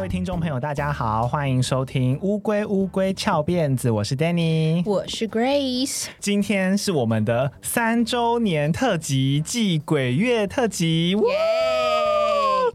位听众朋友，大家好，欢迎收听《乌龟乌龟翘辫子》，我是 Danny，我是 Grace，今天是我们的三周年特辑暨鬼月特辑。哇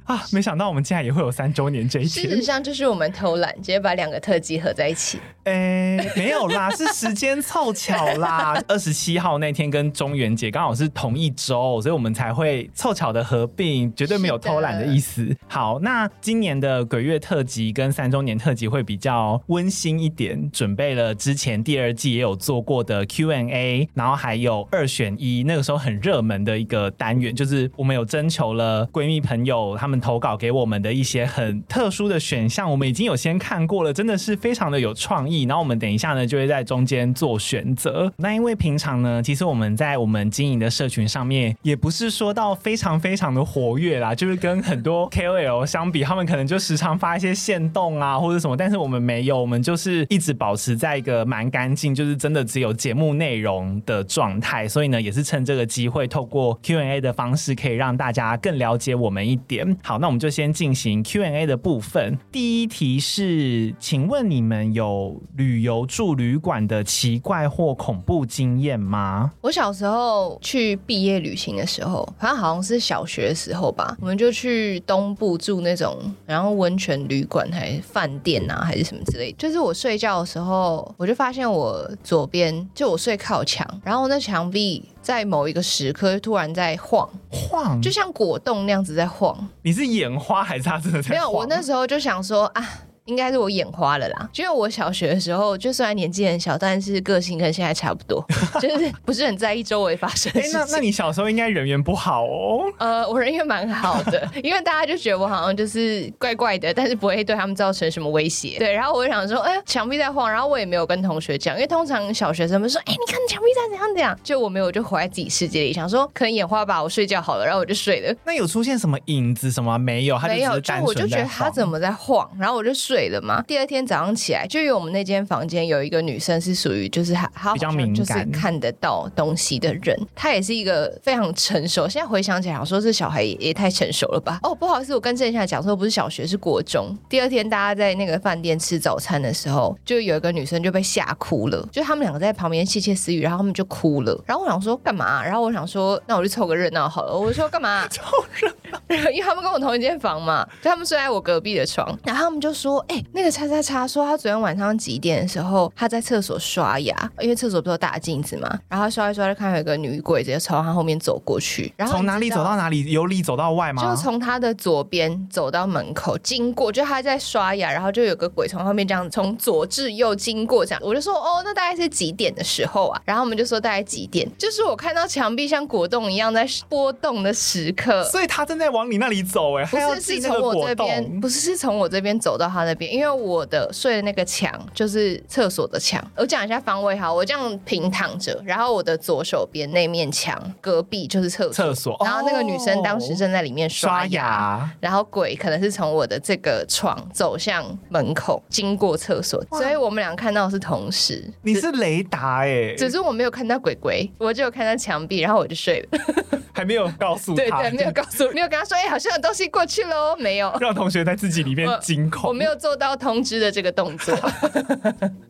啊，没想到我们竟然也会有三周年这一事实天，上就是我们偷懒，直接把两个特辑合在一起。哎、没有啦，是时间凑巧啦。二十七号那天跟中元节刚好是同一周，所以我们才会凑巧的合并，绝对没有偷懒的意思。好，那今年的鬼月特辑跟三周年特辑会比较温馨一点，准备了之前第二季也有做过的 Q&A，然后还有二选一，那个时候很热门的一个单元，就是我们有征求了闺蜜朋友他们投稿给我们的一些很特殊的选项，我们已经有先看过了，真的是非常的有创意。然后我们等一下呢，就会在中间做选择。那因为平常呢，其实我们在我们经营的社群上面，也不是说到非常非常的活跃啦，就是跟很多 KOL 相比，他们可能就时常发一些线动啊或者什么，但是我们没有，我们就是一直保持在一个蛮干净，就是真的只有节目内容的状态。所以呢，也是趁这个机会，透过 Q&A 的方式，可以让大家更了解我们一点。好，那我们就先进行 Q&A 的部分。第一题是，请问你们有旅游住旅馆的奇怪或恐怖经验吗？我小时候去毕业旅行的时候，反正好像是小学的时候吧，我们就去东部住那种，然后温泉旅馆还是饭店啊，还是什么之类的。就是我睡觉的时候，我就发现我左边就我睡靠墙，然后那墙壁在某一个时刻突然在晃，晃，就像果冻那样子在晃。你是眼花还是他真的在没晃？有，我那时候就想说啊。应该是我眼花了啦，因为我小学的时候，就虽然年纪很小，但是个性跟现在差不 多，就是不是很在意周围发生的哎、事情。那那你小时候应该人缘不好哦。呃，我人缘蛮好的，因为大家就觉得我好像就是怪怪的，但是不会对他们造成什么威胁。对，然后我就想说，哎、墙壁在晃，然后我也没有跟同学讲，因为通常小学生们说，哎、你看墙壁在怎样怎样，就我没有，我就活在自己世界里，想说可能眼花吧，我睡觉好了，然后我就睡了。那有出现什么影子什么没有？他就没只有，是就单我就纯觉在得他晃怎么在晃，然后我就睡了嘛。第二天早上起来，就有我们那间房间有一个女生是属于就是她她好比较像敏就是感看得到东西的人，她也是一个非常成熟。现在回想起来，我说这小孩也也太成熟了吧？哦，不好意思，我跟郑夏讲说不是小学是国中。第二天大家在那个饭店吃早餐的时候，就有一个女生就被吓哭了，就他们两个在旁边窃窃私语，然后他们就哭了。然后我想说干嘛、然后我想说那我就凑个热闹好了。我说干嘛、 因为他们跟我同一间房嘛，就他们睡在我隔壁的床，然后他们就说：“哎、那个叉叉叉说他昨天晚上几点的时候，他在厕所刷牙，因为厕所不是有大镜子嘛，然后他刷一刷就看到有一个女鬼直接从他后面走过去，然后从哪里走到哪里？由里走到外吗？就从他的左边走到门口，经过，就他在刷牙，然后就有个鬼从后面这样从左至右经过，这样我就说哦，那大概是几点的时候啊？然后我们就说大概几点，就是我看到墙壁像果冻一样在波动的时刻，所以他正在往你那里走、哎，不他要是，进是那个从我果这边，冻。不是是从我这边走到他那边，因为我的睡的那个墙就是厕所的墙。我讲一下方位哈，我这样平躺着，然后我的左手边那面墙隔壁就是厕所，厕所，然后那个女生当时哦正在里面刷刷牙。牙，然后鬼可能是从我的这个床走向门口，经过厕所，哇所以我们俩看到的是同时，你是雷达哎、只是我没有看到鬼鬼，我只有看到墙壁，然后我就睡了。还没有告诉他，对对，没有告诉，没有跟他说，哎、好像有东西过去喽，没有。让同学在自己里面惊恐。我没有做到通知的这个动作，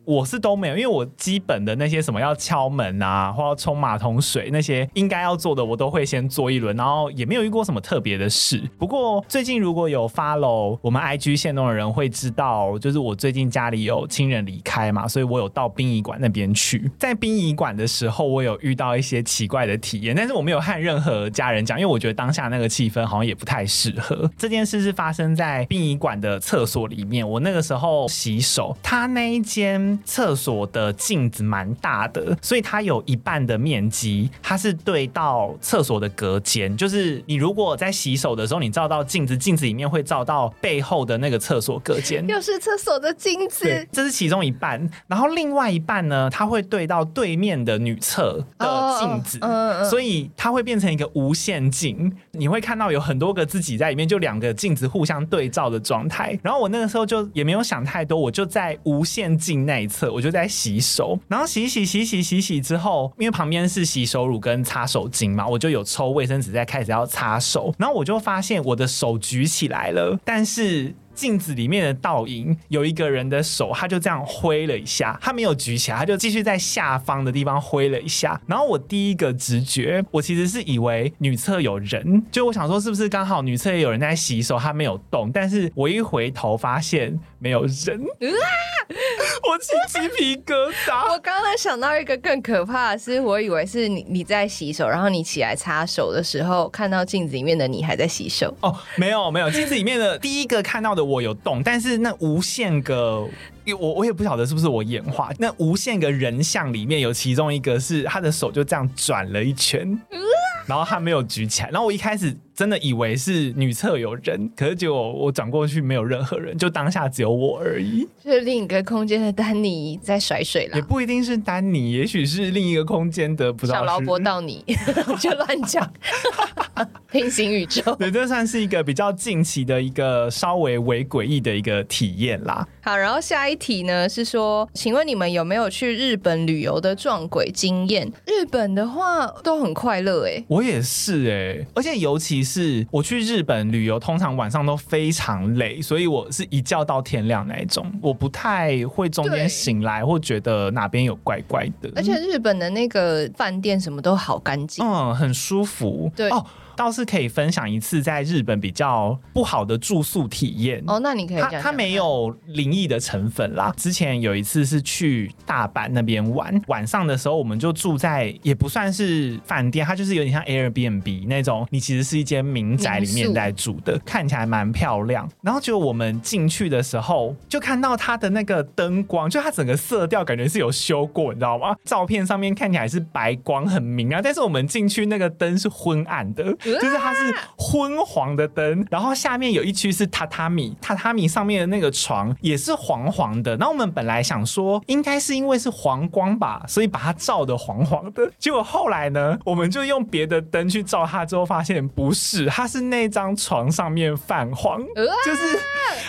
我是都没有，因为我基本的那些什么要敲门啊，或要冲马桶水那些应该要做的，我都会先做一轮，然后也没有遇过什么特别的事。不过最近如果有 follow 我们 IG 线动的人会知道，就是我最近家里有亲人离开嘛，所以我有到殡仪馆那边去。在殡仪馆的时候，我有遇到一些奇怪的体验，但是我没有和任何家人讲，因为我觉得当下那个气氛好像也不太适合。这件事是发生在殡仪馆的厕所里面，我那个时候洗手，他那一间厕所的镜子蛮大的，所以它有一半的面积它是对到厕所的隔间，就是你如果在洗手的时候，你照到镜子，镜子里面会照到背后的那个厕所隔间。 又是厕所的镜子对，。这是其中一半，然后另外一半呢，它会对到对面的女厕的镜子，哦嗯嗯所以它会变成一个无限镜，你会看到有很多个自己在里面，就两个镜子互相对照的状态。然后我那个时候就也没有想太多，我就在无限镜那一侧，我就在洗手，然后洗洗洗洗洗洗之后，因为旁边是洗手乳跟擦手巾嘛，我就有抽卫生纸在开始要擦手，然后我就发现我的手举起来了，但是。镜子里面的倒影有一个人的手，他就这样挥了一下，他没有举起来，他就继续在下方的地方挥了一下。然后我第一个直觉，我其实是以为女厕有人，就我想说是不是刚好女厕也有人在洗手，他没有动，但是我一回头发现没有人， 我起鸡皮疙瘩。我刚刚想到一个更可怕的是，我以为是你你在洗手，然后你起来擦手的时候，看到镜子里面的你还在洗手。哦，没有没有，镜子里面的第一个看到的我有动，但是那无限个，因为我我也不晓得是不是我演化，那无限个人像里面有其中一个是他的手就这样转了一圈，然后他没有举起来，然后我一开始真的以为是女厕有人，可是结果我转过去没有任何人，就当下只有我而已，就是啊另一个空间的丹尼在甩水啦也，不一定是丹尼，也许是另一个空间的，不知道小劳是勃到你， 我就乱 讲，平行宇宙。对，这算是一个比较近期的一个稍微微诡异的一个体验啦。好，然后下一题呢是说，请问你们有没有去日本旅游的撞鬼经验？日本的话都很快乐欸诶、我也是哎、而且尤其是我去日本旅游，通常晚上都非常累，所以我是一觉到天亮那一种，我不太会中对间醒来或觉得哪边有怪怪的，而且日本的那个饭店什么都好干净。嗯，很舒服。对哦，倒是可以分享一次在日本比较不好的住宿体验。哦，那你可以它讲讲它没有灵异的成分啦。之前有一次是去大阪那边玩，晚上的时候我们就住在也不算是饭店，它就是有点像 Airbnb 那种，你其实是一间民宅里民面宿在住的，看起来蛮漂亮。然后就我们进去的时候，就看到它的那个灯光，就它整个色调感觉是有修过，你知道吗？照片上面看起来是白光很明啊，但是我们进去那个灯是昏暗的，啊就是它是昏黄的灯，然后下面有一区是榻榻米，榻榻米上面的那个床也是黄黄的。然后我们本来想说，应该是因为是黄光吧，所以把它照的黄黄的。结果后来呢，我们就用别的灯去照它，之后发现不是，它是那张床上面泛黄，呃就是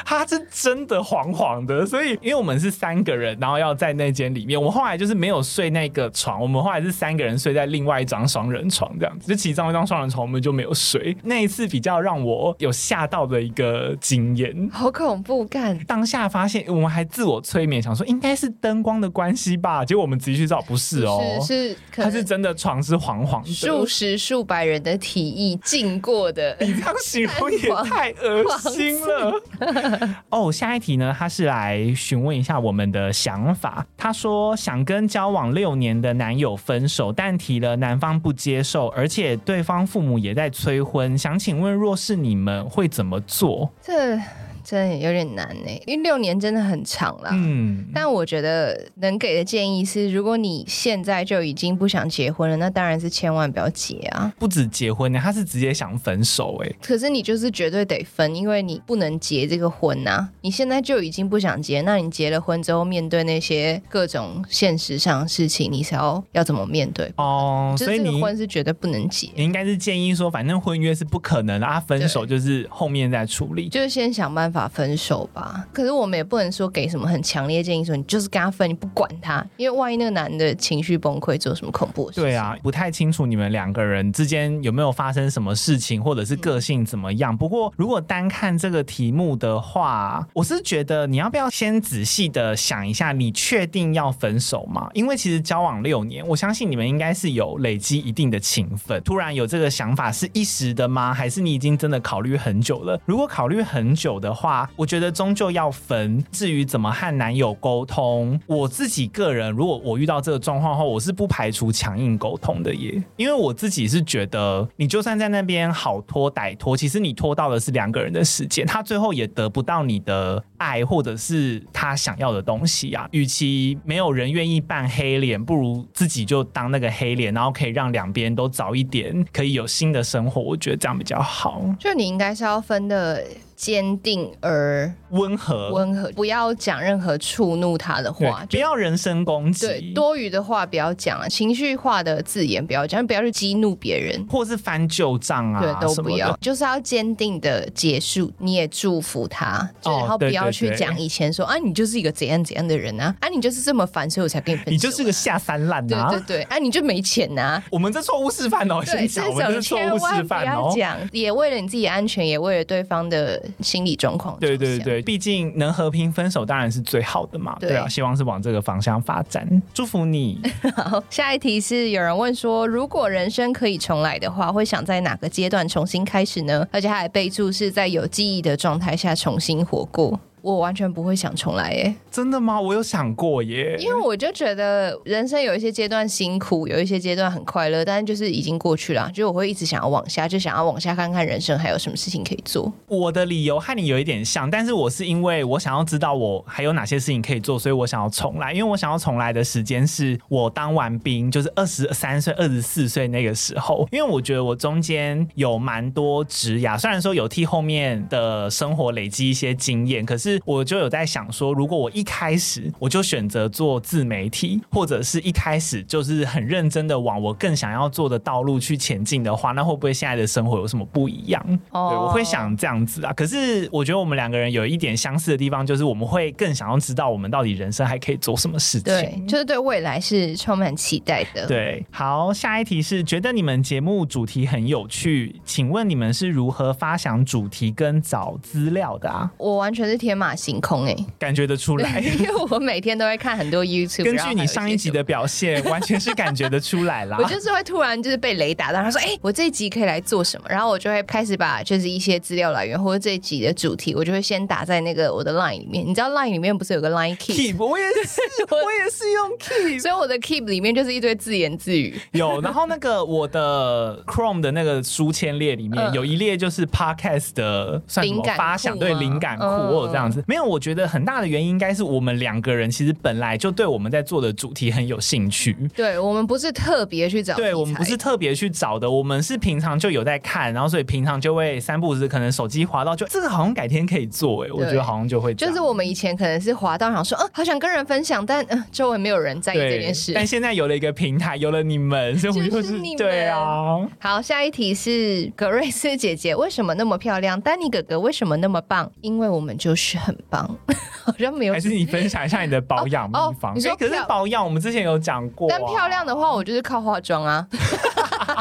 它是真的黄黄的。所以，因为我们是三个人，然后要在那间里面，我们后来就是没有睡那个床，我们后来是三个人睡在另外一张双人床，这样子，就其中一张双人床我们就没有睡。那一次比较让我有吓到的一个经验。好恐怖干。当下发现，嗯我们还自我催眠，想说应该是灯光的关系吧。结果我们仔细去找，不是哦，是是，可它能是真的床是黄黄的。数十数百人的提议进过的，你这样形容也太恶心了。 哦，下一题呢？他是来询问一下我们的想法。他说想跟交往六年的男友分手，但提了男方不接受，而且对方父母也在催婚。想请问，若是你们会怎么做？这真的有点难呢，因为六年真的很长啦。嗯，但我觉得能给的建议是，如果你现在就已经不想结婚了，那当然是千万不要结啊。不止结婚呢，他是直接想分手、欸。可是你就是绝对得分，因为你不能结这个婚呐、你现在就已经不想结，那你结了婚之后，面对那些各种现实上的事情，你是要要怎么面对？哦，就所是以这个你。婚是绝对不能结，你应该是建议说，反正婚约是不可能的，啊，分手就是后面再处理。就是先想办法分手吧。可是我们也不能说给什么很强烈的建议，说你就是跟他分，你不管他，因为万一那个男的情绪崩溃，做什么恐怖的事情。对啊，不太清楚你们两个人之间有没有发生什么事情，或者是个性怎么样。不过，如果单看这个题目的话，我是觉得你要不要先仔细的想一下，你确定要分手吗？因为其实交往六年，我相信你们应该是有累积一定的情分。突然有这个想法是一时的吗？还是你已经真的考虑很久了？如果考虑很久的话，我觉得终究要分。至于怎么和男友沟通，我自己个人，如果我遇到这个状况后，我是不排除强硬沟通的耶，因为我自己是觉得，你就算在那边好拖歹拖，其实你拖到的是两个人的时间，他最后也得不到你的爱或者是他想要的东西啊。与其没有人愿意扮黑脸，不如自己就当那个黑脸，然后可以让两边都早一点可以有新的生活，我觉得这样比较好，就你应该是要分的坚定而温和。温和，不要讲任何触怒他的对话。不就要人身攻击，对多余的话不要讲了，情绪化的字眼不要讲，不要去激怒别人。或是翻旧账啊，对，都什么不的要，就是要坚定的结束。你也祝福他，就是哦然后不对要对去对讲以前说啊，你就是一个怎样怎样的人啊，啊，你就是这么烦，所以我才跟你分手啊、你就是个下三滥啊！对对对，啊，你就没钱呐、 我们这错误示范哦，对，先这讲，我们这种是错千误万示不范要哦。讲，也为了你自己安全，也为了对方的心理状况。对对，对，毕竟能和平分手当然是最好的嘛。对对啊，希望是往这个方向发展，祝福 你。好，下一题是有人问说，如果人生可以重来的话，会想在哪个阶段重新开始呢？而且他还备注是在有记忆的状态下重新活过。我完全不会想重来耶，真的吗？我有想过耶，因为我就觉得人生有一些阶段辛苦，有一些阶段很快乐，但是就是已经过去了，啊就我会一直想要往下，就想要往下看看人生还有什么事情可以做。我的理由和你有一点像，但是我是因为我想要知道我还有哪些事情可以做，所以我想要重来。因为我想要重来的时间是我当完兵，就是二十三岁、二十四岁那个时候。因为我觉得我中间有蛮多职涯，虽然说有替后面的生活累积一些经验，可是我就有在想说，如果我一开始我就选择做自媒体，或者是一开始就是很认真的往我更想要做的道路去前进的话，那会不会现在的生活有什么不一样？对，我哦会想这样子啊。可是我觉得我们两个人有一点相似的地方，就是我们会更想要知道我们到底人生还可以做什么事对情。，就是对未来是充满期待的。对，好，下一题是觉得你们节目主题很有趣，请问你们是如何发想主题跟找资料的啊？我完全是天马行空哎、感觉得出 来。因为我每天都会看很多 YouTube。根据你上一集的，表现，完全是感觉得出来啦 我。就是会突然就是被雷打到，他说：“哎、我这一集可以来做什么？”然后我就会开始把就是一些资料来源或者这一集的主题，我就会先打在那个我的 Line 里面。你知道 Line 里面不是有个 Line Keep？ keep，我也 是，我也是用 keep。所以我的 Keep 里面就是一堆自言自语。有，然后那个我的 Chrome 的那个书签列里面、嗯有一列就是 Podcast 的算什灵么感库发想，对吗灵感库，嗯我有这样子。没有，我觉得很大的原因应该是我们两个人其实本来就对我们在做的主题很有兴趣。对我们不是特别去找，对我们不是。特别去找的，我们是平常就有在看，然后所以平常就会三不五时，可能手机滑到就这个好像改天可以做、欸，哎，我觉得好像就会这就样是我们以前可能是滑到想说，嗯，好想跟人分享，但嗯、周围没有人在意这件事。但现在有了一个平台，有了你们，所以我们就是是你们对啊，好，下一题是格瑞斯姐姐为什么那么漂亮？丹尼哥哥为什么那么棒？因为我们就是很棒， 好像没有还。是你分享一下你的保养秘哦哦方？你说哎可是漂保养我们之前有讲过、啊但漂。亮的话，我就是靠化妆啊，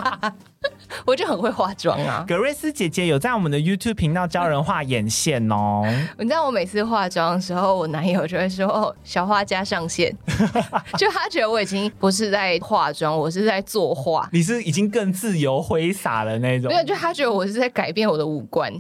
我就很会化妆啊。格瑞斯姐姐有在我们的 YouTube 频道教人画眼线哦，你知道我每次化妆的时候，我男友就会说：“哦，小画家上线。” 就他觉得我已经不是在化妆，我是在作 画。你是已经更自由挥洒了那种没，有，就他觉得我是在改变我的五 官。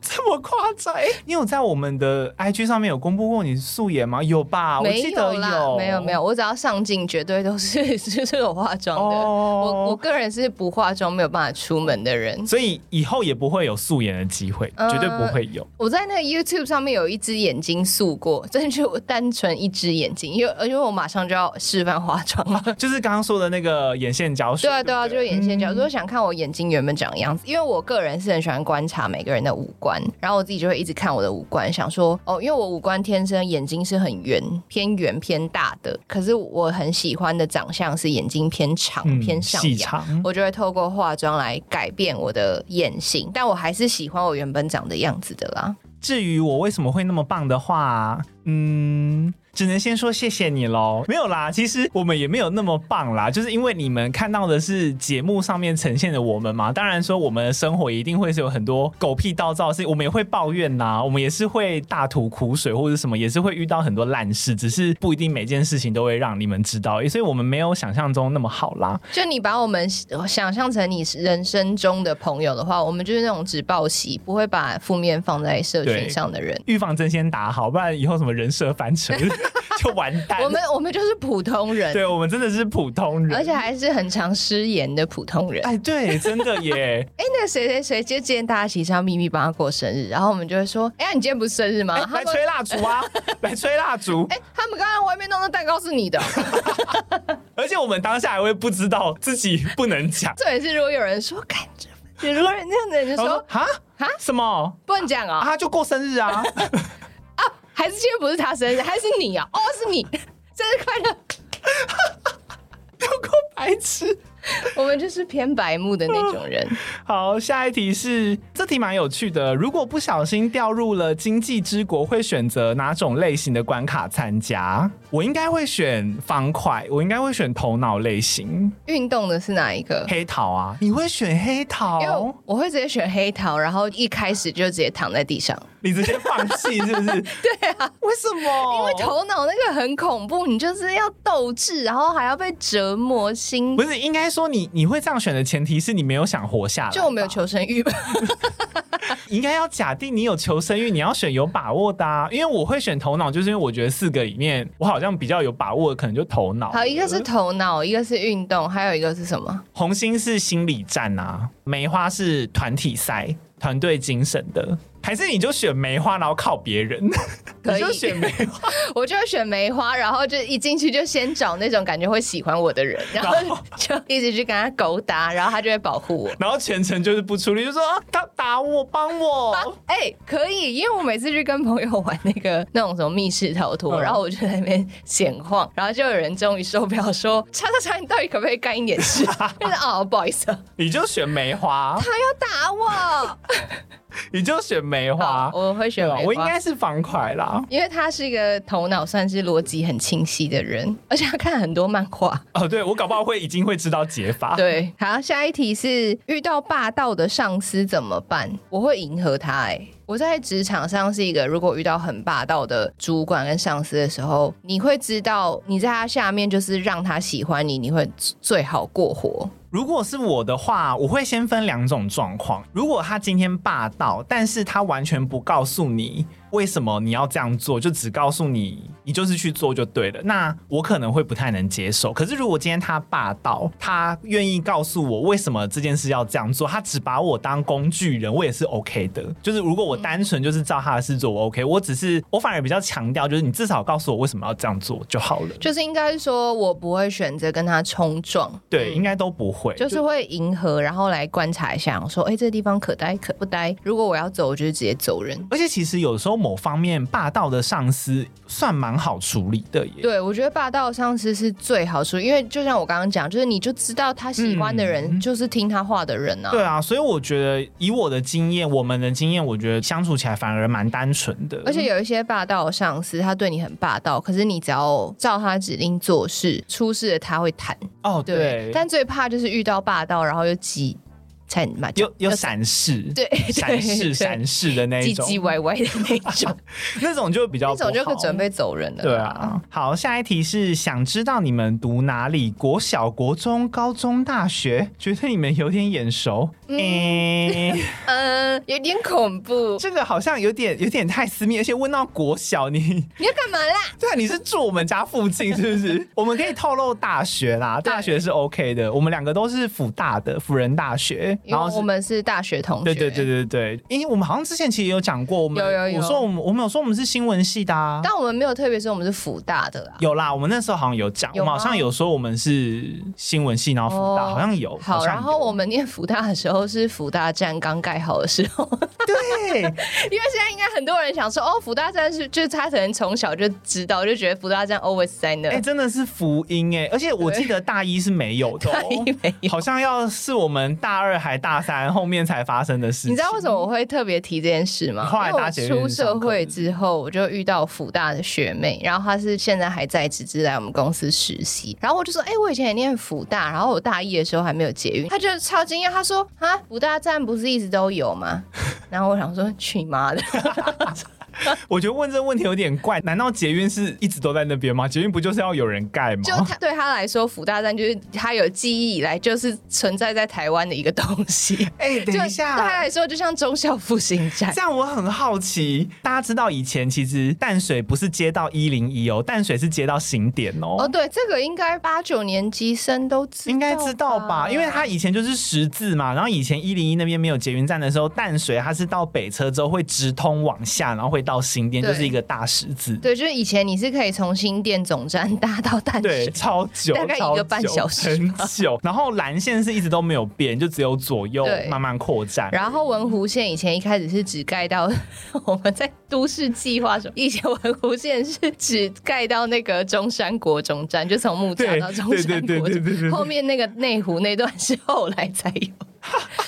这么夸 张？哎，你有在我们的 IG 上面有公布过你素颜吗？有吧？我没记得有啦，没有没有。有，我只要上镜，绝对都是 就是有化妆的。哦我我个人是不化妆没有办法出门的人。所以以后也不会有素颜的机会，嗯绝对不会有。我在那个 YouTube 上面有一只眼睛素过，但是我单纯一只眼睛，因为因为我马上就要示范化妆了。就是刚刚说的那个眼线教学， 嗯对啊，对啊，不就是眼线角。如果想看我眼睛原本长的样子，因为我个人是很喜欢观察每个人的五官，然后我自己就会一直看我的五官，想说哦，因为我五官天生眼睛是很圆、偏圆、偏大的，可是我很喜欢的长相是眼睛偏长、嗯偏上细扬。长。我就会透过化妆来改变我的眼型，但我还是喜欢我原本长的样子的啦。至于我为什么会那么棒的话，嗯。只能先说谢谢你喽，没有啦，其实我们也没有那么棒啦，就是因为你们看到的是节目上面呈现的我们嘛，当然说我们的生活一定会是有很多狗屁倒灶的事情，我们也会抱怨呐、我们也是会大吐苦水或者什么，也是会遇到很多烂事，只是不一定每件事情都会让你们知道，所以我们没有想象中那么好啦。就你把我们想象成你人生中的朋友的话，我们就是那种只报喜，不会把负面放在社群对上的人。预防针先打好，不然以后什么人设翻车 就完蛋。我们我们就是普通人，对我们真的是普通人，而且还是很常失言的普通人。哎、哎哎，对，真的 耶！那个谁谁谁，就今天大家一起上秘密帮他过生日，然后我们就会说，哎、呀，你今天不是生日吗？哎他来们吹蜡烛啊，来吹蜡烛！哎、他们刚刚外面弄的蛋糕是你的哦。 而且我们当下还会不知道自己不能讲，重点是，如果有人说，感觉，如果人这样子，你就然后说说哈哈什么不能讲啊，啊，就过生日 啊，还是今天不是他生日，还是 你啊？哦，是你，生日快乐！有够白痴。我们就是偏白目的那种人。好，下一题是这题蛮有趣的。如果不小心掉入了经济之国，会选择哪种类型的关卡参加？我应该会选方块，我应该会选头脑类型，运动的是哪一个？黑桃啊。你会选黑因为桃？我会直接选黑桃，然后一开始就直接躺在地上，你直接放弃是不 是？对啊，为什么？因为头脑那个很恐怖，你就是要斗志，然后还要被折磨心不。是应该说你你会这样选的前提是你没有想活下来，就我没有，求生欲吧，应该要假定你有求生欲，你要选有把握的、啊。因为我会选头脑，就是因为我觉得四个里面我好像比较有把握，的可能就头脑。 好，一个是头脑，一个是运动，还有一个是什么？红心是心理战啊，梅花是团体赛、团队精神的，还是你就选梅花，然后靠别人， 可你以就选梅花，我就会选梅花，然后就一进去就先找那种感觉会喜欢我的人，然后 就一直去跟他勾搭，然后他就会保护我。然后全程就是不出力，就说啊他打我，帮我。 哎、可以，因为我每次去跟朋友玩那个 那种什么密室逃脱，嗯然后我就在那边闲晃， 然后就有人终于受不了说：“叉叉叉，你到底可不可以干一点事？” 就是哦，不好意思、啊，你就选梅 花，他要打我。你就选梅花好，。我会选对吧？啊梅我应花。该是方块啦。因为他是一个头脑算是逻辑很清晰的人，而且他看很多漫画。 哦，对，我搞不好会已经会知道解法。对，好，下一题是遇到霸道的上司怎么办？我会迎合他、哎，我在职场上是一个，如果遇到很霸道的主管跟上司的时候，你会知道你在他下面就是让他喜欢你，你会最好过活。如果是我的话，我会先分两种状况。如果他今天霸道，但是他完全不告诉你为什么你要这样做，就只告诉你你就是去做就对了，那我可能会不太能接受。可是如果今天他霸道，他愿意告诉我为什么这件事要这样做，他只把我当工具人，我也是 OK 的。就是如果我单纯就是照他的事做，我嗯 OK。我只是我反而比较强调，就是你至少告诉我为什么要这样做就好了。就是应该说，我不会选择跟他冲撞，对，应该都不会。就是会迎合，然后来观察一下，我说，哎、这地方可待可不待。如果我要走，我就是直接走人。而且其实有时候某方面霸道的上司算蛮好处理的耶。对，我觉得霸道上司是最好说，因为就像我刚刚讲，就是你就知道他喜欢的人、嗯就是听他话的人啊。对啊，所以我觉得以我的经验，我们的经验，我觉得相处起来反而蛮单纯的。而且有一些霸道的上司，他对你很霸道，可是你只要照他指令做事，出事了他会弹。哦，对，对，但最怕就是遇到霸道，然后又急，才嘛有有闪视，对对闪对视闪视的那一唧种， 唧歪歪的那 种，那种就比较那种就不可好以准。备走人了。对，啊，好，下一题是想知道你们读哪里？国小、国中、高中、大学，觉得你们有点眼熟。诶、嗯，有点恐怖。这个好像有点有点太私密，而且问到国小，你你要干嘛啦？对啊，你是住我们家附近是不 是？我们可以透露大学啦，对大学是 OK 的。我们两个都是辅大的，辅仁大学，因然后为是我。们是大学同学。对对对对对，因为我们好像之前其实有讲过，我们有有有我说我们我们有说我们是新闻系的啊，但我们没有特别说我们是福大的啦。有啦，我们那时候好像有讲，有我吗们好像有说我们是新闻系，然后辅大、哦好像有，好好，像然后有我们念福大的时候是福大站刚盖好的时候， 对，因为现在应该很多人想说，哦，福大站是，就是他可能从小就知道，就觉得福大站 always 在那。哎、真的是福音哎、而且我对记得大一是没有 的、哦，一没有好像要是我们大二还大三后面才发生的事情，你知道为什么我会特别提这件事吗？后来因为搭我捷运出上社课会之后，我就遇到福大的学妹，然后她是现在还在职，只是来我们公司实习。然后我就说，哎、我以前也念福大，然后我大一的时候还没有捷运，她就超惊讶，她说，啊，福大站不是一直都有吗？ 然后我想说，去你妈的！我觉得问这个问题有点怪，难道捷运是一直都在那边吗？捷运不就是要有人盖吗？就他对他来说，福大站就是他有记忆以来就是存在在台湾的一个东西。哎、就 等一对他下。来说，就像忠孝复兴站这。样我很好奇，大家知道以前其实淡水不是接到一零一哦，淡水是接到行点哦，哦，对，这个应该八九年级生都知道，应该知道吧？因为它以前就是十字嘛，然后以前一零一那边没有捷运站的时候，淡水它是到北车之后会直通往下，然后会到到新店，对就是一个大十字，对，就是以前你是可以从新店总站搭到淡对，水，超久，大概一超个久半小时很久。然后蓝线是一直都没有变，就只有左右对慢慢扩展。然后文湖线以前一开始是只盖到 我们在都市计划时候，以前文湖线是只盖到那个中山国中站，就从木栅对到中对对山对国对中，对对，后面那个内湖那段是后来 才有。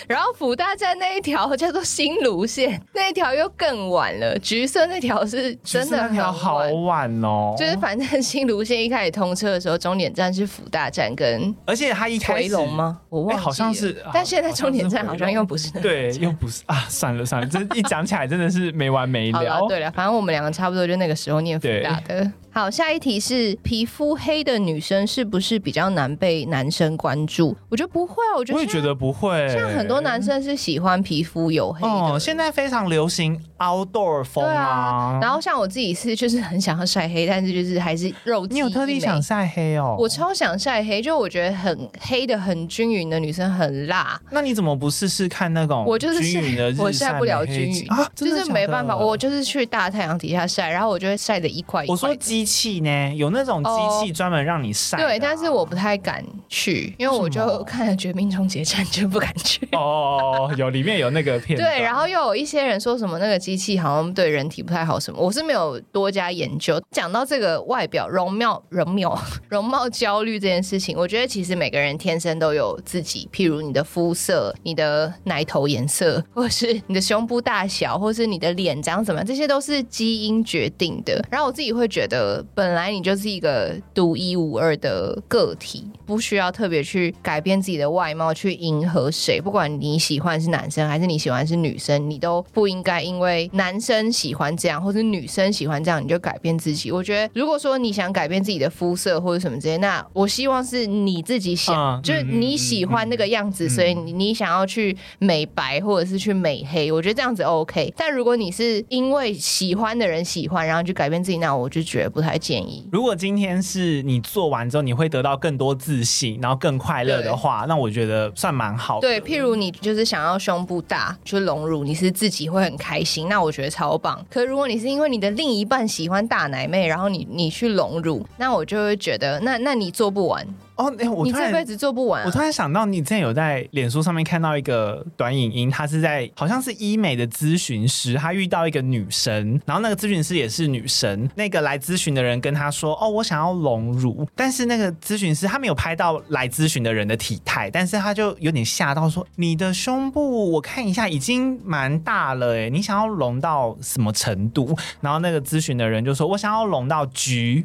然后福大站那一条叫做新芦线，那一条又更晚了。橘色那条是橘真色的那很条好晚，晚哦，就是反正新芦线一开始通车的时候，终点站是福大站跟而且它一开回始龙？吗？我忘哎记了、好像是但现在好像是终点站好回像龙又不是那个对，又不是啊，算了算了，这一讲起来真的是没完没好了哦了，。对了，反正我们两个差不多就那个时候念福大的。好，下一题是皮肤黑的女生是不是比较难被男生关注？我觉得不会啊，我觉我得也现觉在得不会，像很多男生是喜欢皮肤黝黑的。哦，现在非常流行 outdoor 风对啊啊，，然后像我自己是就是很想要晒黑，但是就是还是肉。你有特地想？晒黑哦？我超想晒黑，就我觉得很黑的很均匀的女生很辣，那你怎么不试试看那种我就是哦均匀 的日我晒晒不了的黑均纸匀啊，就真的是假没的办法，我就是去大太阳底下晒，然后我就会晒的一块一块的。我说机器呢，有那种机器专门让你晒的啊、哦对，但是我不太敢去，因为我为什就么看了《绝命终结战》就不敢 去。哦，有里面有那个片段对，然后又有一些人说什么那个机器好像对人体不太好什么，我是没有多加研究。讲到这个外表容貌、容貌、 容貌焦虑这件事情，我觉得其实每个人天生都有自己，譬如你的肤色、你的奶头颜色，或是你的胸部大小，或是你的脸长怎么样，这些都是基因决定的。然后我自己会觉得，本来你就是一个独一无二的个体，不需要特别去改变自己的外貌去迎合谁。不管你喜欢是男生还是你喜欢是女生，你都不应该因为男生喜欢这样或是女生喜欢这样你就改变自己。我觉得，如果说你想改变自己的肤色或者什么之类，那我希望是你自己想，嗯就是嗯嗯你喜欢那个样子，嗯所以你你想要去美白或者是去美黑，我觉得这样子 OK。但如果你是因为喜欢的人喜欢，然后去改变自己，那我就觉得不太建议。如果今天是你做完之后，你会得到更多自信，然后更快乐的话，那我觉得算蛮好的。对，譬如你就是想要胸部大，就隆乳，你是自己会很开心，那我觉得超棒。可如果你是因为你的另一半喜欢大奶妹，然后你你去隆乳，那我就会觉得，那那你做不完，哦，哎、我你突这辈然。子做不完、我啊突。然想到，你之前有在脸书上面看到一个短影音，他是在好像是医美的咨询师，他遇到一个女生，然后那个咨询师也是女生，那个来咨询的人跟他说：“哦，我想要隆乳。”但是那个咨询师他没有拍到来咨询的人的体态，但是他就有点吓到说：“你的胸部我看一下已经蛮大了，哎，你想要隆到什么程度？”然后那个咨询的人就说：“我想要隆到橘。”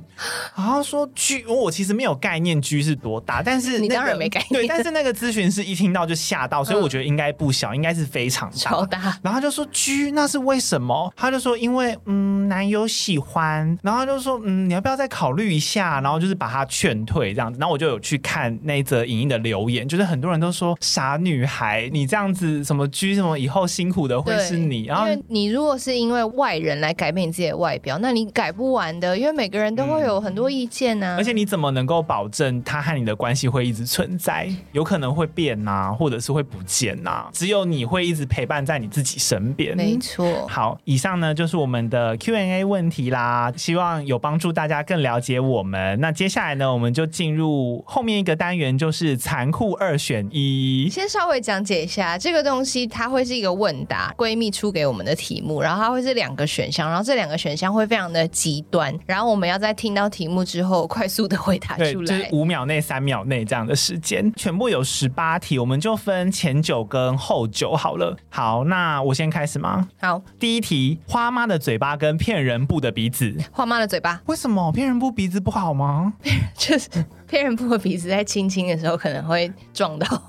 然后说橘，我其实没有概念橘是多大，但是、那个、 你当然没概念对，但是那个咨询师一听到就吓 到，所以我觉得应该不小，应该是非常超大。大，然后他就说 G 那是为什么？他就说因为嗯男友喜欢，然后他就说嗯你要不要再考虑一下？然后就是把他劝退这样子。然后我就有去看那一则影音的留言，就是很多人都说傻女孩，你这样子什么 G 什么以后辛苦的会对，是你。然后因为你如果是因为外人来改变你自己的外表，那你改不完的，因为每个人都会有很多意见啊呐、嗯而且你怎么能够保证他和你的关系会一直存在？有可能会变呐、或者是会不见呐、啊只有你会一直陪伴在你自己身边。没错。好，以上呢就是我们的 Q&A 问题啦，希望有帮助大家更了解我们。那接下来呢，我们就进入后面一个单元，就是残酷二选一。先稍微讲解一下这个东西，它会是一个问答，闺蜜出给我们的题目，然后它会是两个选项，然后这两个选项会非常的极端，然后我们要在听到题目之后快速的回答对，出就是来。五秒内、三秒内这样的时间，全部有十八题，我们就分前九跟后九好了。好，那我先开始吗？好，第一题，花妈的嘴巴跟骗人布的鼻子，花妈的嘴 巴为什么骗人布鼻子不好吗？就是骗人不的鼻子，在亲亲的时候可能会撞到。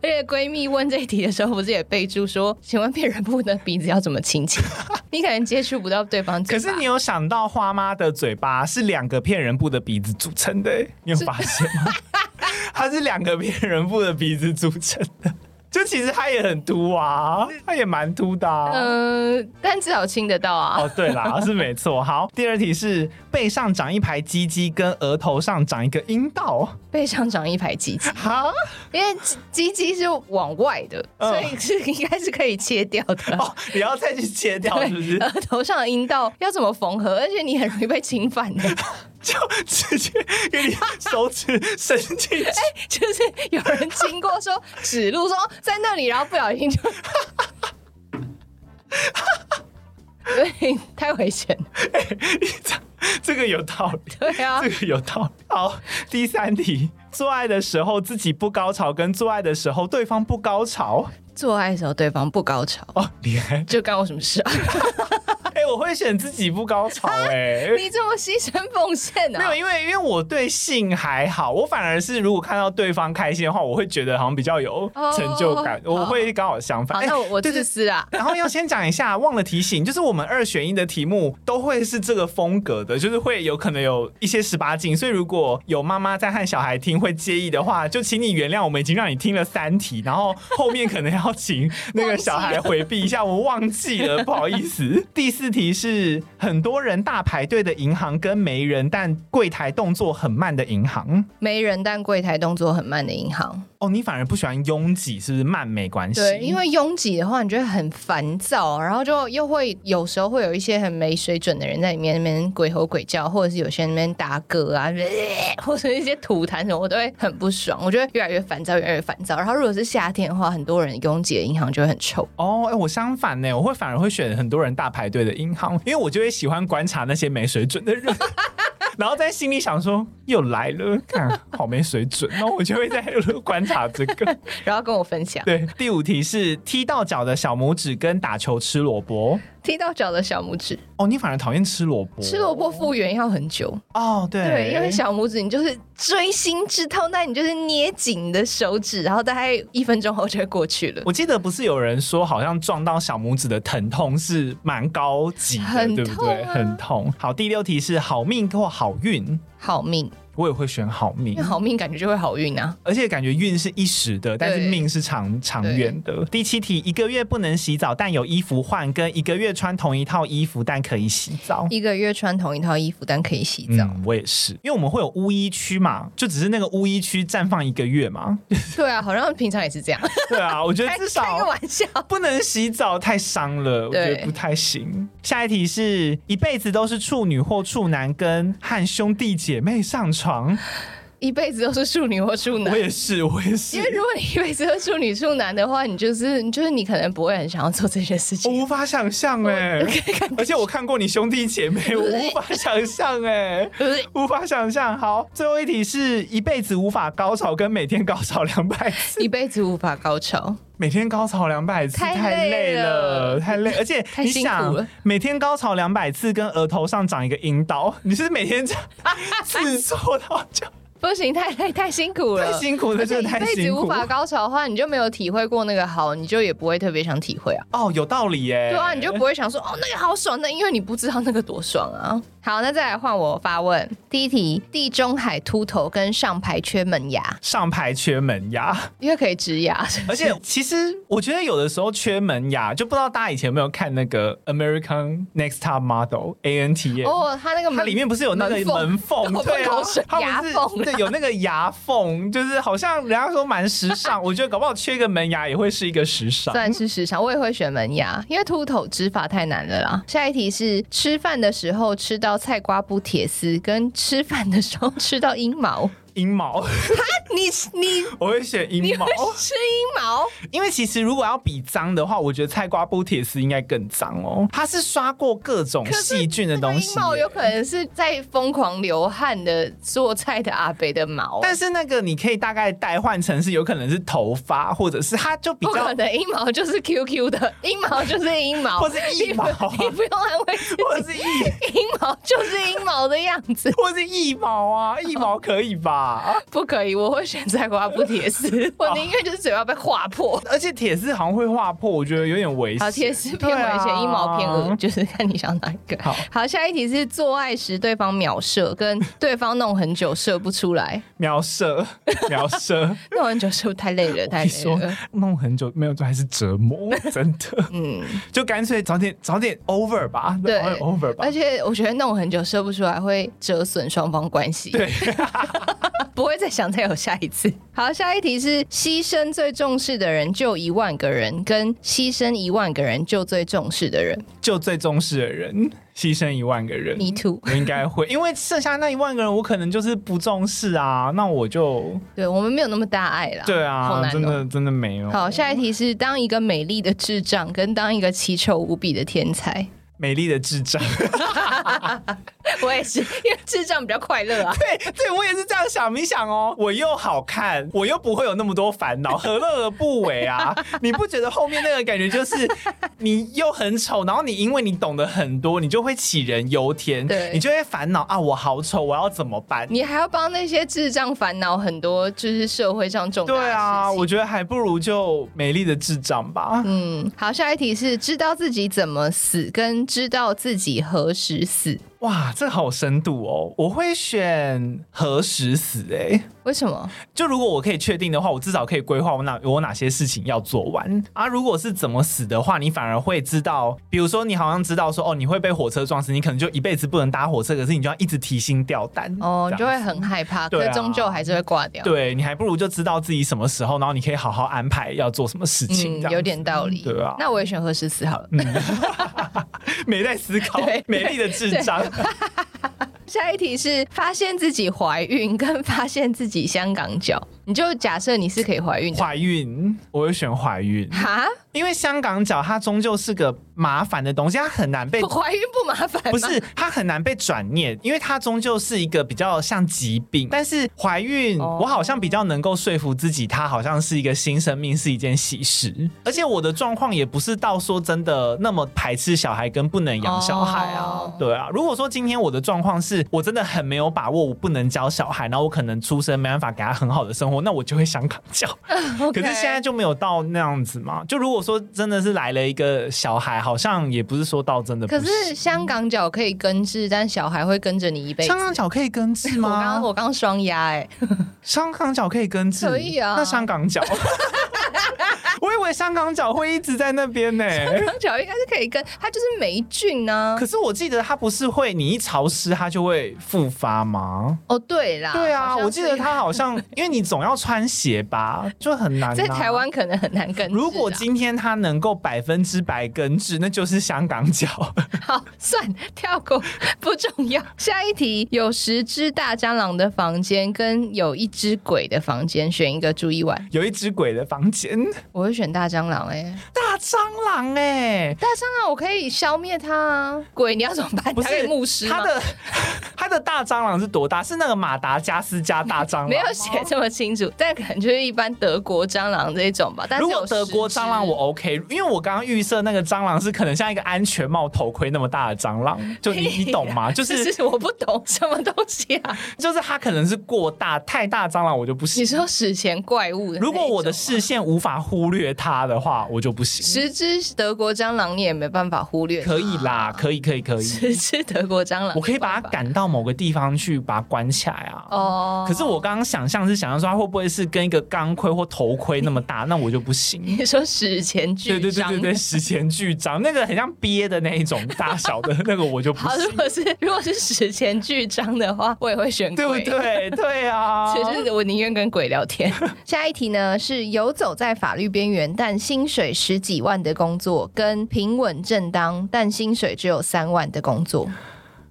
而且闺蜜问这一题的时候，不是也备注说：“请问骗人部的鼻子要怎么 亲亲？”你可能接触不到对方嘴可巴。是你有想到花妈的嘴巴是两个骗人布的鼻子组 成的、欸，你有发现吗？它是两个骗人布的鼻子组成的，就其实他也很秃啊，他也蛮秃的、啊。嗯、但至少亲得到啊。哦，对啦，是没错。好，第二题是背上长一排鸡鸡，跟额头上长一个阴道。背上长一排鸡鸡，哈，因为鸡鸡鸡是往外的，嗯所以是应该是可以切掉的。哦，你要再去切掉是不对，是？额头上的阴道要怎么缝合？而且你很容易被侵犯 的，就直接给你手指伸进去。哎就是有人经过说指路说哦在那里，然后不小心就， 对，太危险了。这个有道理，对啊这，个有道理。好，第三题，做爱的时候自己不高潮，跟做爱的时候对方不高潮。做爱的时候对方不高潮，哦，厉害！就干我什么事啊？哎、我会选自己不高潮、哎、啊你这么牺牲奉献没有，啊？因为因为我对性还好，我反而是如果看到对方开心的话，我会觉得好像比较有哦成就感，好我会刚好相反。好，哎那我我对自对私啊。然后要先讲一下，忘了提醒，就是我们二选一的题目都会是这个风格的，就是会有可能有一些十八禁，所以如果有妈妈在和小孩听会介意的话，就请你原谅，我们已经让你听了三题，然后后面可能要请那个小孩回避一下，我忘记了，不好意思。第四题是很多人大排队的银行跟没人但柜台动作很慢的银行。没人但柜台动作很慢的银行，哦，你反而不喜欢拥挤，是不是慢没关系？对，因为拥挤的话，你觉得很烦躁，然后就又会有时候会有一些很没水准的人在里面那边鬼吼鬼叫，或者是有些人那边打嗝啊， 或者一些吐痰什么，啊我都会很不爽，我觉得越来越烦躁，越来越烦躁。然后如果是夏天的话，很多人拥挤的银行就会很臭。哦，哎、我相反呢，我会反而会选很多人大排队的银行，因为我就会喜欢观察那些没水准的人，然后在心里想说又来了，看好没水准，然后我就会在观察这个。然后跟我分享，对，第五题是踢到脚的小拇指跟打球吃萝卜。踢到脚的小拇指，哦，你反而讨厌吃萝卜？吃萝卜复原要很久，哦，对，对，因为小拇指你就是锥心之痛，但你就是捏紧你的手指，然后大概一分钟后就会过去了。我记得不是有人说，好像撞到小拇指的疼痛是蛮高级的，很对不痛对？啊很痛。好，第六题是好命或好运，好命，我也会选好命因为。好命感觉就会好运啊。而且感觉运是一时的，但是命是长长远的。第七题，一个月不能洗澡，但有衣服换，跟一个月穿同一套衣服，但可以洗澡。 一个月穿同一套衣服，但可以洗澡。嗯，我也是，因为我们会有污衣区嘛，就只是那个污衣区绽放一个月 嘛。对啊，好像平常也是这样。对啊，我觉得开至开个少玩笑，不能洗澡太伤了，我觉得对不太行。下一题是一辈子都是处女或处男，跟和兄弟姐妹上床。 一辈子都是处女或处我男。也是，我也是因为。如果你一辈子都是处女处男的话，你就是你就是你可能不会很想要做这件我事情。无法想象哎、而且我看过你兄弟姐妹，我无法想象哎、对不对无法想象。好，最后一题是一辈子无法高潮，跟每天高潮两百次， 一辈子无法高潮， 每天高潮两百次太太累累了，了太 累。而且太你辛苦想了，每天高潮两百次，跟额头上长一个阴道， 你是每天这样自做到就不行，太累，太辛苦了，太辛苦了，而真的且一太辈子辛无苦。法高潮的话，你就没有体会过那个好，你就也不会特别想体会啊。哦，有道理耶、对啊，你就不会想说哦那个好爽，那因为你不知道那个多爽啊。 好，那再来换我发问。第一题，地中海秃头跟上排缺门牙，上排缺门牙。因为可以植牙，而且其实我觉得有的时候缺门牙，就不知道大家以前有没有看那个 American Next Top Model A N T 哦，它那个门它里面不是有那个门缝，门缝对啊 口水，它不是牙缝啊对有那个牙缝，就是好像人家说蛮时尚， 我觉得搞不好缺个门牙也会是一个时尚。算是时尚，我也会选门牙，因为秃头植发太难了啦。下一题是吃饭的时候吃到菜瓜布铁丝，跟吃饭的时候吃到阴毛。 阴毛， 你你我会选你阴毛会，吃阴毛？因为其实如果要比脏的话，我觉得菜瓜布铁丝应该更脏哦，它是刷过各种可是细菌的东西阴毛耶。有可能是在疯狂流汗的做菜的阿北的毛，啊但是那个你可以大概代换成是有可能是头发，或者是它就比不较可能，阴毛 就是 QQ 的，阴毛 就是阴毛，或是腋毛 啊你不你不用安慰自己，或是腋。阴毛就是阴毛的样子 哦或是腋毛啊，腋毛可以吧？吧？不可以，我会选菜瓜不 铁丝，哦我宁愿就是嘴巴被划破。而且铁丝好像会划破，我觉得有点危险。好，铁丝偏危对险，啊一毛偏恶， 就是看你想哪一个。好，下一题是做爱时对方秒射，跟对方弄很久射不出来，描 射，描射，弄很久射太累了，太 你累说了。弄很久没有做还是折磨， 真的，嗯，就干脆早点早点 over 吧，对早点 over 吧而。且我觉得弄很久射不出来会折损双方关系，对， 不会再想再有下一次。好，下一题是牺牲最重视的人就一万个人，跟牺牲一万个人就最重视的人。就最重视的人，牺牲一万个人。 Me too。我应该会， 因为剩下那一万个人，我可能就是不重视啊，那我就对我们没有那么大爱啦，对好啊，难真哦、的真的没有。好，下一题是当一个美丽的智障跟当一个奇丑无比的天才。 美丽的智障， 我也是，因为智障比较快乐啊。对对，我也是这样想。你想哦，我又好看，我又不会有那么多烦恼，何乐而不为 啊？你不觉得后面那个感觉就是你又很丑，然后你因为你懂得很多，你就会杞人忧天，对你就会烦恼啊，我好丑，我要怎么办？你还要帮那些智障烦恼很多，就是社会上重大的对啊，事情我觉得还不如就美丽的智障吧。嗯，好，下一题是知道自己怎么死，跟知道自己何时死。哇，这好深度哦！我会选何时死、欸，为什么？就如果我可以确定的话，我至少可以规划我哪我哪些事情要做完啊。如果是怎么死的话，你反而会知道，比如说你好像知道说哦，你会被火车撞死，你可能就一辈子不能搭火车，可是你就要一直提心吊胆哦，你这就样会很害怕，对啊可终究还是会挂掉。对你还不如就知道自己什么时候，然后你可以好好安排要做什么事情，这嗯样，子有点道理。对啊嗯那我也选何时死好了。没在思考 对，美丽的智 障， 下一题是发现自己怀孕跟发现自己香港脚，你就假设你是可以怀孕的。怀孕，我会选怀孕，哈，因为香港脚它终究是个麻烦的东西，它很 难被不怀孕不麻烦吗？哦不是，它很难被转念，因为它终究是一个比较像疾病。但是怀孕，哦我好像比较能够说服自己，它好像是一个新生命，是一件喜事。而且我的状况也不是到说真的那么排斥小孩跟不能养小孩啊。哦对啊，如果说今天我的状况是我真的很没有把握，我不能教小孩，然后我可能出生没办法给他很好的生活，那我就会想扛教。 OK 可是现在就没有到那样子嘛。就如果说真的是来了一个小孩，好像也不是说到真的不可行。是香港脚可以根治，但小孩会跟着你一辈子香。港脚可以根治 我刚吗？我刚双压哎，香港脚可以根治，可以啊那香港 脚，我以为香港脚会一直在那边 呢、香港脚应该是可以跟，它就是霉菌啊呢、可是我记得它不是会，你一潮湿它就会复发吗？哦，对啦，对好啊，像我记是得它好 像，因为你总要穿鞋吧，就很难、啊。在台，湾可能很难根治啊啦。如果今天它能够百分之百根治，那就是香港脚。 好，算跳过，不重要。 下一题，有十只大蟑螂的房间跟有一只鬼的房间，选一个住一晚。有一只鬼的房间，我会选大蟑螂、哎，大蟑螂哎、大蟑螂我可以消灭它啊，鬼你要怎么办？不打给是牧师它吗？的 它的大蟑螂是多大？是那个马达加斯加大蟑螂？没有写这么清楚，但可能就是一般德国蟑螂这一种吧。但是哦如有果德国蟑螂我 OK，因为我刚刚预设那个蟑螂是可能像一个安全帽头盔那么大的蟑螂，就你你懂吗？就十只是 是我不懂什么东西啊。就是它可能是过大太大蟑螂我就不你行。说史前怪物的那一种嗯吗，如果我的视线无法忽略它的话，我就不行。十只德国蟑螂，你也没办法忽略它。可以啦，可以可以可以，十只德国蟑螂，我可以把啊没它办法赶到某个地方去，把它关起来啊。哦。可是我刚刚想象是想象说它会不会是跟一个钢盔或头盔那么 大，那我就不行。你说史前巨对对对蟑对对，史前巨章那个很像憋的那一种大小的那个我就不好，如行。果是如果是史前巨章的话，我也会选对不鬼。对？对 啊，就是我宁愿跟鬼聊 天。下一题呢是游走在法律边缘，但薪水十几万的工作，跟平稳正当但薪水只有三万的工作。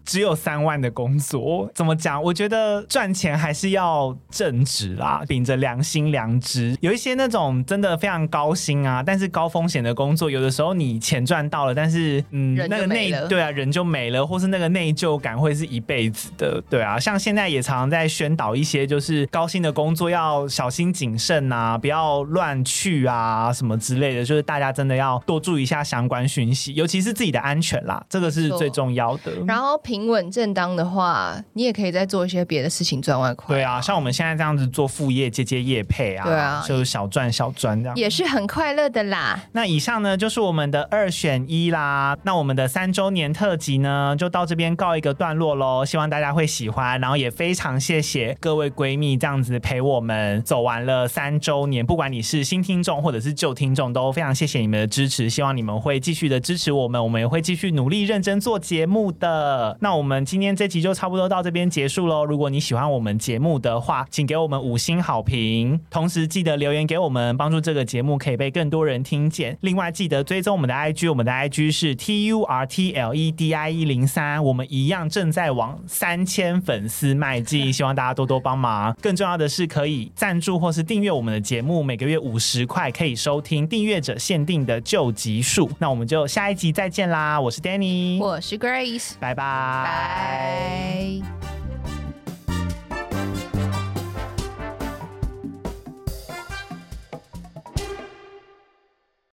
只有三万的工作，怎么讲？我觉得赚钱还是要正直啦，秉着良心良知。有一些那种真的非常高薪啊，但是高风险的工作，有的时候你钱赚到了，但是嗯人，就那个内没了对啊，人就没了，或是那个内疚感会是一辈子的。对啊，像现在也常常在宣导一些，就是高薪的工作要小心谨慎啊，不要乱去啊什么之类的，就是大家真的要多注意一下相关讯息，尤其是自己的安全啦，这个没是错最重要的。然后平平稳正当的话，你也可以再做一些别的事情赚外快。对啊，像我们现在这样子做副业，接接业配啊，嗯对啊就是小赚小赚这样。也是很快乐的啦。那以上呢就是我们的二选一啦。那我们的三周年特辑呢，就到这边告一个段落喽。希望大家会喜欢，然后也非常谢谢各位闺蜜这样子陪我们走完了三周年。不管你是新听众或者是旧听众，都非常谢谢你们的支持。希望你们会继续的支持我们，我们也会继续努力认真做节目的。那我们今天这集就差不多到这边结束喽。如果你喜欢我们节目的话，请给我们五星好评，同时记得留言给我们，帮助这个节目可以被更多人听见。另外，记得追踪我们的 IG，我们的 IG 是 T U R T L E D I 一零三，我们一样正在往三千粉丝迈进，希望大家多多帮忙。更重要的是，可以赞助或是订阅我们的节目，每个月五十块可以收听订阅者限定的旧集数。那我们就下一集再见啦！我是 Danny，我是 Grace，拜拜。拜。